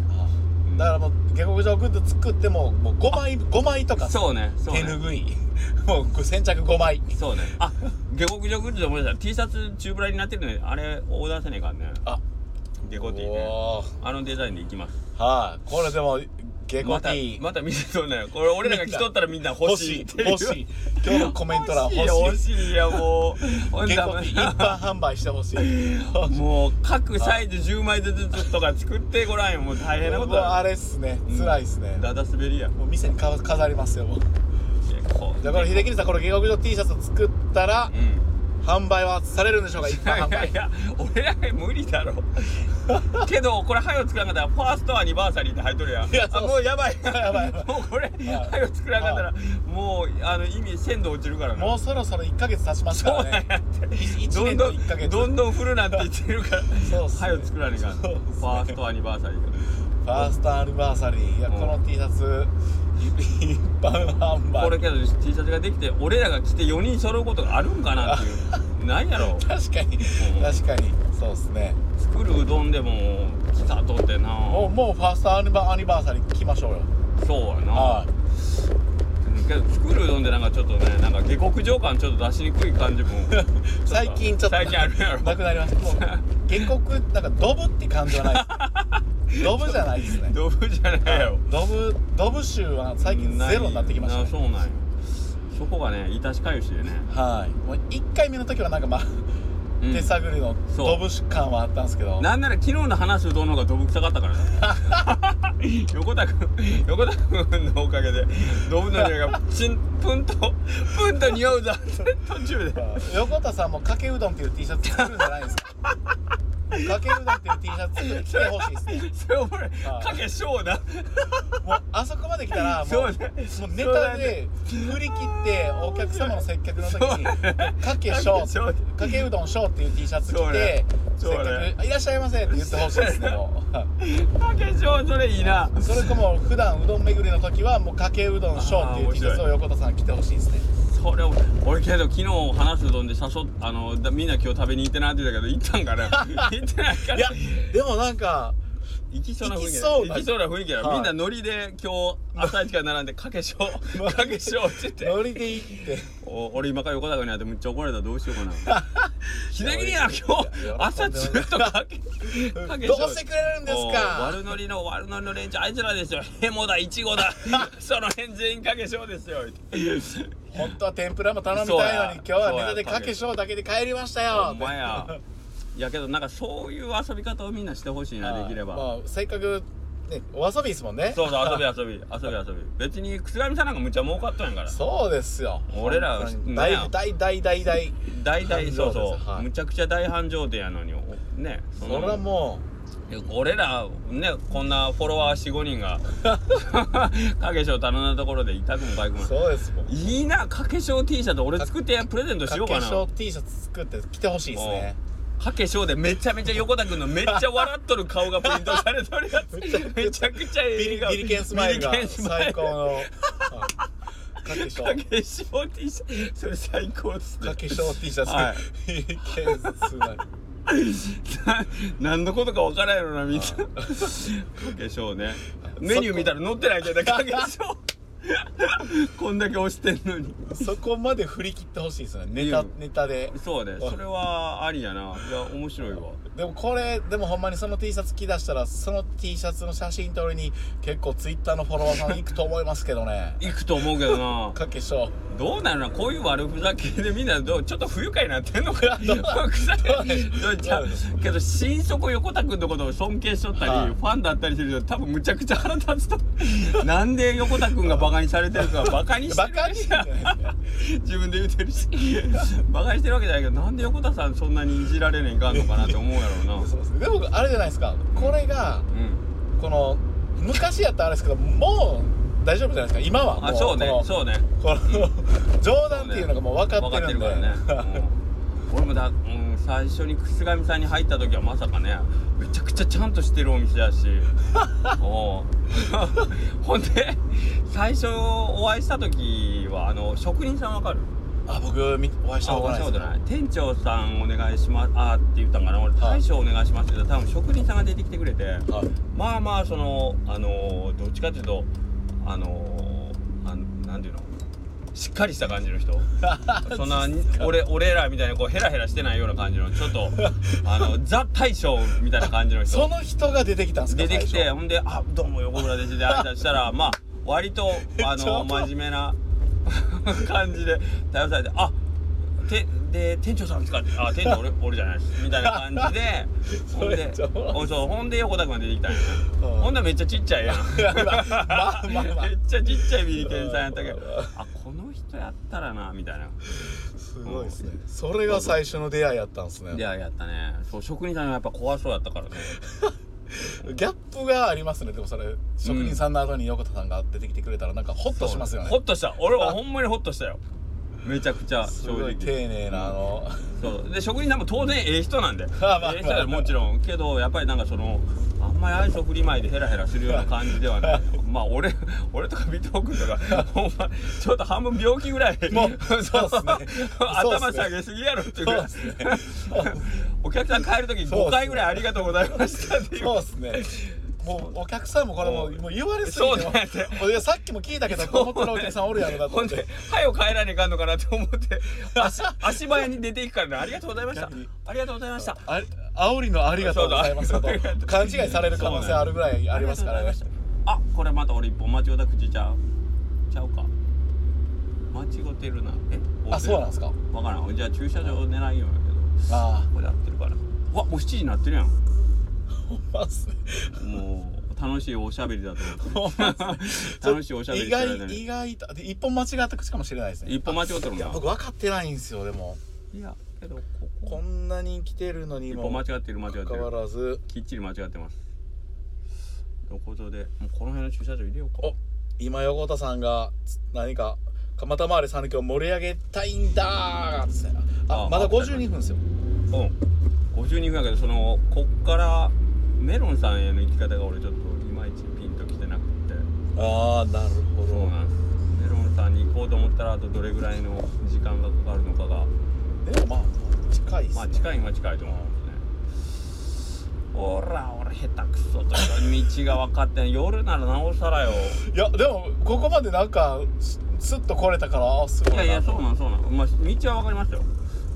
Speaker 2: だからもう下克上グッズ作ってももう5枚5枚とか
Speaker 1: そうねそう
Speaker 2: 手
Speaker 1: ね
Speaker 2: ぬ ぐいもう先着5枚
Speaker 1: そうね あ下克上グッズで思い出した T シャツ中ブラになってるのであれオーダーせねえかんね
Speaker 2: あ
Speaker 1: デコティね
Speaker 2: おー
Speaker 1: あのデザインでいきます
Speaker 2: はいこれでも下
Speaker 1: ま
Speaker 2: 克
Speaker 1: た
Speaker 2: 上
Speaker 1: また見せとんねこれ俺らが着とったらみんな欲しいっていう
Speaker 2: 欲しい今日のコメント欄欲
Speaker 1: 欲
Speaker 2: し
Speaker 1: しい
Speaker 2: い
Speaker 1: 欲しいやもうほん
Speaker 2: 下
Speaker 1: で
Speaker 2: 克上一般販売してほしい
Speaker 1: もう各サイズ10枚ずつとか作ってごらんよもう大変なこ
Speaker 2: も
Speaker 1: と
Speaker 2: うあ
Speaker 1: だ
Speaker 2: れっすね辛いっすね
Speaker 1: ダダ滑りや
Speaker 2: もう店にか飾りますよもうじゃあこれ秀樹さんこれ下克上 T シャツ作ったら
Speaker 1: うん
Speaker 2: 販売はされるんでしょうか一
Speaker 1: い
Speaker 2: 般
Speaker 1: や
Speaker 2: 販
Speaker 1: いやい
Speaker 2: 売
Speaker 1: や俺らが無理だろけどこれ早よ作らなかったらファーストアニバーサリーって入っとるやん
Speaker 2: いやそう
Speaker 1: あもうやばい
Speaker 2: やばいやばい
Speaker 1: もうこれ早よ作らなかったらもうあの意味鮮度落ちるからな
Speaker 2: もうそろそろ1ヶ月経ちますか
Speaker 1: そう
Speaker 2: ら
Speaker 1: なん
Speaker 2: ね
Speaker 1: やって
Speaker 2: 1
Speaker 1: どん
Speaker 2: 年
Speaker 1: ど
Speaker 2: と1ヶ
Speaker 1: ん
Speaker 2: 月
Speaker 1: どんどん降るなんて言ってるから
Speaker 2: そうっすね
Speaker 1: 早よ作らねえかんフ
Speaker 2: そうっすね
Speaker 1: ァーストアニバーサリー
Speaker 2: ファーストアニバーサリーいや
Speaker 1: うん
Speaker 2: この T シャツ一 般販
Speaker 1: これ
Speaker 2: 売
Speaker 1: けど T シャツができて俺らが着て4人揃うことがあるんかなって いうないやろ
Speaker 2: 確かに
Speaker 1: うん
Speaker 2: 確かにそうっすね
Speaker 1: 作るうどんでも来たとってな
Speaker 2: もうもうファーストアニバアニバーサリー聞きましょうよ
Speaker 1: そうやな、
Speaker 2: はい
Speaker 1: けど作るうどんでなんかちょっとねなんか下克上感ちょっと出しにくい感じも
Speaker 2: 最近ちょっと
Speaker 1: 最近あるやろ
Speaker 2: なくなりましたもう原告なんかドブって感じはない ですドブじゃないですね
Speaker 1: ドブじゃないよ
Speaker 2: ドブドブ州は 最近ゼロになってきました
Speaker 1: なそう
Speaker 2: ね
Speaker 1: なんよそこがねいたしかゆしでね
Speaker 2: はいもう1回目の時はなんかまあ、
Speaker 1: うん
Speaker 2: 手探りの
Speaker 1: そう
Speaker 2: ドブ州感はあったんですけど
Speaker 1: なんなら昨日の話すうどんの方がドブ臭かったから な横田君横田君のおかげでドブの匂いがチンプンとプンと匂うぞって途中で
Speaker 2: 横田さんもかけうどんっていう T シャツ作るんじゃないですかもうかけるなっていう T シャツ着てほしいですね
Speaker 1: それお前
Speaker 2: あ
Speaker 1: かけしょうな
Speaker 2: もうあそこまで来たらもう
Speaker 1: そうね
Speaker 2: もうネタで振り切ってお客様の接客の時に「かけしょう」
Speaker 1: そうね
Speaker 2: かけうどんしょうっていう T シャツ
Speaker 1: そ
Speaker 2: 着
Speaker 1: うね
Speaker 2: て接
Speaker 1: そうね
Speaker 2: 客「いらっしゃいませ」って言ってほしいですねもう
Speaker 1: かけしょうそれいいな
Speaker 2: それとも普段うどん巡りの時はもうかけうどんショーってい
Speaker 1: あー
Speaker 2: う T シャツを横田さん着てほしいですね
Speaker 1: それ俺俺けど昨日話すうどんで誘っあのだみんな今日食べに行ってなって言ったけど行ったん かな行ってないか
Speaker 2: い
Speaker 1: ら
Speaker 2: やでもなんか
Speaker 1: 行きそうな雰囲気
Speaker 2: 行きそうな
Speaker 1: 行きそうな雰囲気やろ、
Speaker 2: はい
Speaker 1: みんなノリで今日朝一から並んでかけしょうかけしょうって言って
Speaker 2: ノリでいいって
Speaker 1: お俺今から横田君に会ってめっちゃ怒られたらどうしようか な秀樹には今日
Speaker 2: いや
Speaker 1: 朝ずっとかけかけし
Speaker 2: ど
Speaker 1: ょ
Speaker 2: うしてくれるんです
Speaker 1: お
Speaker 2: か
Speaker 1: 悪ノリの悪ノリの連中あいつらですよヘモだイチゴ だその辺全員かけしょうですよ
Speaker 2: 本当は天ぷらも頼みたいのに今日はネタでかけしょうだけで帰りましたよ
Speaker 1: お前 やいやけどなんかそういう遊び方をみんなしてほしいなできれば、
Speaker 2: まあ、せっかくねお遊びですもんね
Speaker 1: そうそう遊び遊び遊び遊び別にくすがみさんなんかむっちゃ儲かったんやから
Speaker 2: そうですよ
Speaker 1: 俺ら
Speaker 2: 本当
Speaker 1: ね
Speaker 2: に大大大大大
Speaker 1: 大体そうそ
Speaker 2: 繁盛です
Speaker 1: う、
Speaker 2: はい
Speaker 1: むちゃくちゃ大繁盛店やのにおね
Speaker 2: そ
Speaker 1: んな
Speaker 2: れはも
Speaker 1: 俺らねこんなフォロワー45人が かけしょう頼んだところで痛くもかゆく
Speaker 2: う
Speaker 1: もない
Speaker 2: そうですもん
Speaker 1: いいなかけしょう T シャツ俺作ってプレゼントしようか
Speaker 2: かけしょう
Speaker 1: な
Speaker 2: T シャツ作って着てほしいですね
Speaker 1: かけしょうでめちゃめちゃ横田君のめっちゃ笑っとる顔がプリントされとるやつめちゃくちゃ
Speaker 2: ビ
Speaker 1: ええ
Speaker 2: リ
Speaker 1: 顔
Speaker 2: ビリケンスマイルが
Speaker 1: ビリケンスマイ
Speaker 2: 最
Speaker 1: ル
Speaker 2: 高のはいかけしょ
Speaker 1: か
Speaker 2: う
Speaker 1: けしょう T シャツそれ最高っすね
Speaker 2: かけしょう T シャツ、
Speaker 1: はい
Speaker 2: ビリケンスマイル
Speaker 1: な何のことか分からんやろなみんなかけしょうねメニュー見たら載ってないけどかけしょう こんだけ押してんのに
Speaker 2: そこまで振り切ってほしいですねネ
Speaker 1: い
Speaker 2: タ
Speaker 1: いよ
Speaker 2: ネタで
Speaker 1: そうねそれはありやないや面白いわ
Speaker 2: でもこれでもほんまにその T シャツ着だしたらその T シャツの写真撮りに結構ツイッターのフォロワーさん行くと思いますけどね
Speaker 1: 行くと思うけどな
Speaker 2: かけしょう
Speaker 1: どうなるなこういう悪ふざけでみんなどうちょっと不愉快になってんのか腐れ
Speaker 2: うなん
Speaker 1: どうちゃうけど心底横田君のことを尊敬しとったり、
Speaker 2: はい
Speaker 1: ファンだったりすると多分むちゃくちゃ腹立つと なんで横田君がバカにされてるかバカにして
Speaker 2: バ
Speaker 1: る
Speaker 2: カにしてんじゃないですか
Speaker 1: 自分で言ってるしバカにしてるわけじゃないけどなんで横田さんそんなにいじられねえかんのかなって思うやろうな
Speaker 2: そうですねでもあれじゃないですかこれが
Speaker 1: うん
Speaker 2: この昔やったらあれですけどもう大丈夫じゃないですか今はもう
Speaker 1: あそうね
Speaker 2: この
Speaker 1: そうね
Speaker 2: この冗談っていうのがもう分か
Speaker 1: 分
Speaker 2: っ
Speaker 1: か
Speaker 2: て
Speaker 1: って
Speaker 2: る
Speaker 1: る
Speaker 2: んで
Speaker 1: からね、 うん、俺もだ、うん、最初に楠上さんに入った時はまさかねめちゃくちゃちゃんとしてるお店 やしおう ほんで最初お会いした時はあの職人さんわかる
Speaker 2: あ僕みお会いした
Speaker 1: あ
Speaker 2: こと
Speaker 1: お
Speaker 2: な
Speaker 1: 会いした
Speaker 2: いです
Speaker 1: ことない店長さんお願いしますあーって言ったんかな俺大将お願いしますって言ったら多分職人さんが出てきてくれて
Speaker 2: はい
Speaker 1: まあまあそのあのーどっちかっていうとあのーあんなんていうのしっかりした感じの 人そんな俺俺らみたいにこうヘラヘラしてないような感じのちょっ とあのザ大将みたいな感じの
Speaker 2: そ
Speaker 1: 人
Speaker 2: の人が出てきたんですか
Speaker 1: 出てき
Speaker 2: 最
Speaker 1: て
Speaker 2: 初
Speaker 1: ほんで「あどうも横村です」で挨拶した らまあ割とあ
Speaker 2: ちょ
Speaker 1: の
Speaker 2: っと
Speaker 1: 真面目な 感じで対応されて「あてで店長さんですか?」って「あ店長俺俺じゃないです」みたいな感じでほん
Speaker 2: それ
Speaker 1: で
Speaker 2: ちょっと
Speaker 1: おそうほんで横田君が出てきたんや
Speaker 2: うん
Speaker 1: ほんならめっちゃちっちゃいやん
Speaker 2: まあまあまあまあ
Speaker 1: めっちゃちっちゃいビリケンさんやったけどあこの人やったらなみたいな
Speaker 2: すごいですねそれが最初の出会いやったんですね
Speaker 1: いややったねそう職人さんがやっぱ怖そうやったからね
Speaker 2: ギャップがありますねでもそれ職人さんの後に横田さんが出てきてくれたらなんかホッとしますよね
Speaker 1: ホッとした俺はほんまにホッとしたよめちゃくちゃ
Speaker 2: す
Speaker 1: 正
Speaker 2: ご
Speaker 1: 直
Speaker 2: い丁寧なあの
Speaker 1: そうで職人さんも当然ええ人なんでええ人
Speaker 2: まあまあ
Speaker 1: だよもちろんけどやっぱりなんかそのあんまり愛想振りまいでヘラヘラするような感じでは ないまあ俺俺とかビトー君とかほんまちょっと半分病気ぐらい
Speaker 2: もうそうっすね
Speaker 1: 頭下げすぎやろっていうぐらい
Speaker 2: そうっ
Speaker 1: お客さん帰る時
Speaker 2: そうっすね
Speaker 1: 5回ぐらい「ありがとうございました」っていう
Speaker 2: そうですねもうお客さんもこれもうもう言われすぎて
Speaker 1: そうだよね
Speaker 2: もいやさっきも聞いたけどこのお客さんおるやろなと
Speaker 1: ほ
Speaker 2: 思
Speaker 1: ん
Speaker 2: っ
Speaker 1: で
Speaker 2: て、
Speaker 1: はよ帰らねえかんのかなと思って、足足早に出ていくからね、ありがとうございました
Speaker 2: 逆に。
Speaker 1: ありがとうございました。
Speaker 2: あ煽りのありがとうございます
Speaker 1: そう
Speaker 2: と
Speaker 1: だありがとう
Speaker 2: 勘違いされる可能性あるぐらいありますからね
Speaker 1: ありがとうございました。あ、これまた俺一本間違った口ちゃう。ちゃうか。間違ってるな。え、
Speaker 2: あそうなんですか
Speaker 1: わからん。じゃあ駐車場狙いようやけど。
Speaker 2: あ
Speaker 1: ここで合ってるから。うわ、もう7時になってるやん。
Speaker 2: あほんまっすね
Speaker 1: もう楽しいおしゃべりだと思って。楽しいおしゃべり
Speaker 2: 意
Speaker 1: してる間
Speaker 2: 外
Speaker 1: に
Speaker 2: 意外とで一本間違った口かもしれないですね
Speaker 1: 一本間違ってるもん
Speaker 2: いや
Speaker 1: な。
Speaker 2: 僕分かってないんですよでも
Speaker 1: いや、けどここ
Speaker 2: こんなに来てるのに
Speaker 1: 一
Speaker 2: も
Speaker 1: 歩間違
Speaker 2: か
Speaker 1: ってる間違って
Speaker 2: かわ
Speaker 1: る
Speaker 2: らず
Speaker 1: きっちり間違ってますということでもうこの辺の駐車場入れようか
Speaker 2: お今横田さんがつ何か蒲田回り讃岐を盛り上げたいんだーっつってあ
Speaker 1: あ
Speaker 2: まだ
Speaker 1: あ
Speaker 2: 52分ですよ
Speaker 1: うん52分やけどそのこっからメロンさんへの行き方が俺ちょっといまいちピンときてなくて
Speaker 2: ああなるほ
Speaker 1: そう
Speaker 2: ど
Speaker 1: なんですメロンさんに行こうと思ったらあとどれぐらいの時間がかかるのかが
Speaker 2: でもまあ近いっすね、
Speaker 1: まあ近いは近いと思うんですねほら俺下手くそというか道が分かってん夜ならなおさらよ
Speaker 2: いやでもここまでなんかすスッと来れたからあすごい
Speaker 1: い
Speaker 2: な
Speaker 1: やいやそうなんそうなんまあ道は分かりましたよ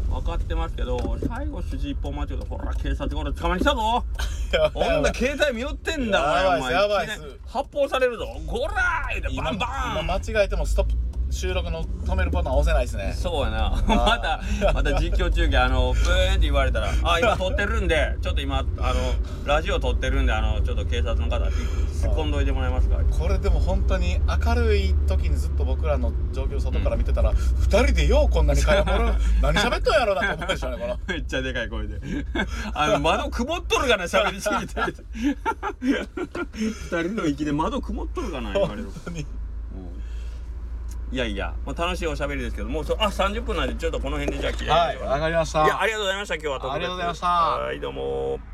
Speaker 1: 分かってますけど最後筋一本間違えてほら警察が俺捕まえに来たぞ
Speaker 2: やばいやばい
Speaker 1: 女携帯見よってんだ
Speaker 2: や
Speaker 1: お
Speaker 2: ばいっす
Speaker 1: 前
Speaker 2: やばいっす
Speaker 1: きなり発砲されるぞゴラー言うてバンバ
Speaker 2: 今
Speaker 1: ン
Speaker 2: 今間違えてもストップ収録の止めるボタン押せないですね
Speaker 1: そうやな またまた実況中継あのブーンって言われたら「あ今撮ってるんでちょっと今あのラジオ撮ってるんであのちょっと警察の方突っ込んどいてもらえますか」
Speaker 2: これでも本当に明るい時にずっと僕らの状況を外から見てたら、二人でようこんなに会話も ろ何喋っとんやろなと思うでしょうねこの
Speaker 1: めっちゃでかい声で あの窓曇っとるがな喋りすぎて二人の息で窓曇っとるが な言われる
Speaker 2: 本当に
Speaker 1: うんいやいや、まあ、楽しいおしゃべりですけどもうそあ30分なんでちょっとこの辺でじゃあ切り上げ
Speaker 2: は
Speaker 1: まし
Speaker 2: い
Speaker 1: ょう
Speaker 2: 上がりまし
Speaker 1: いや
Speaker 2: た
Speaker 1: ありがとうございました今日は特別
Speaker 2: ありがとうございました
Speaker 1: はいどうも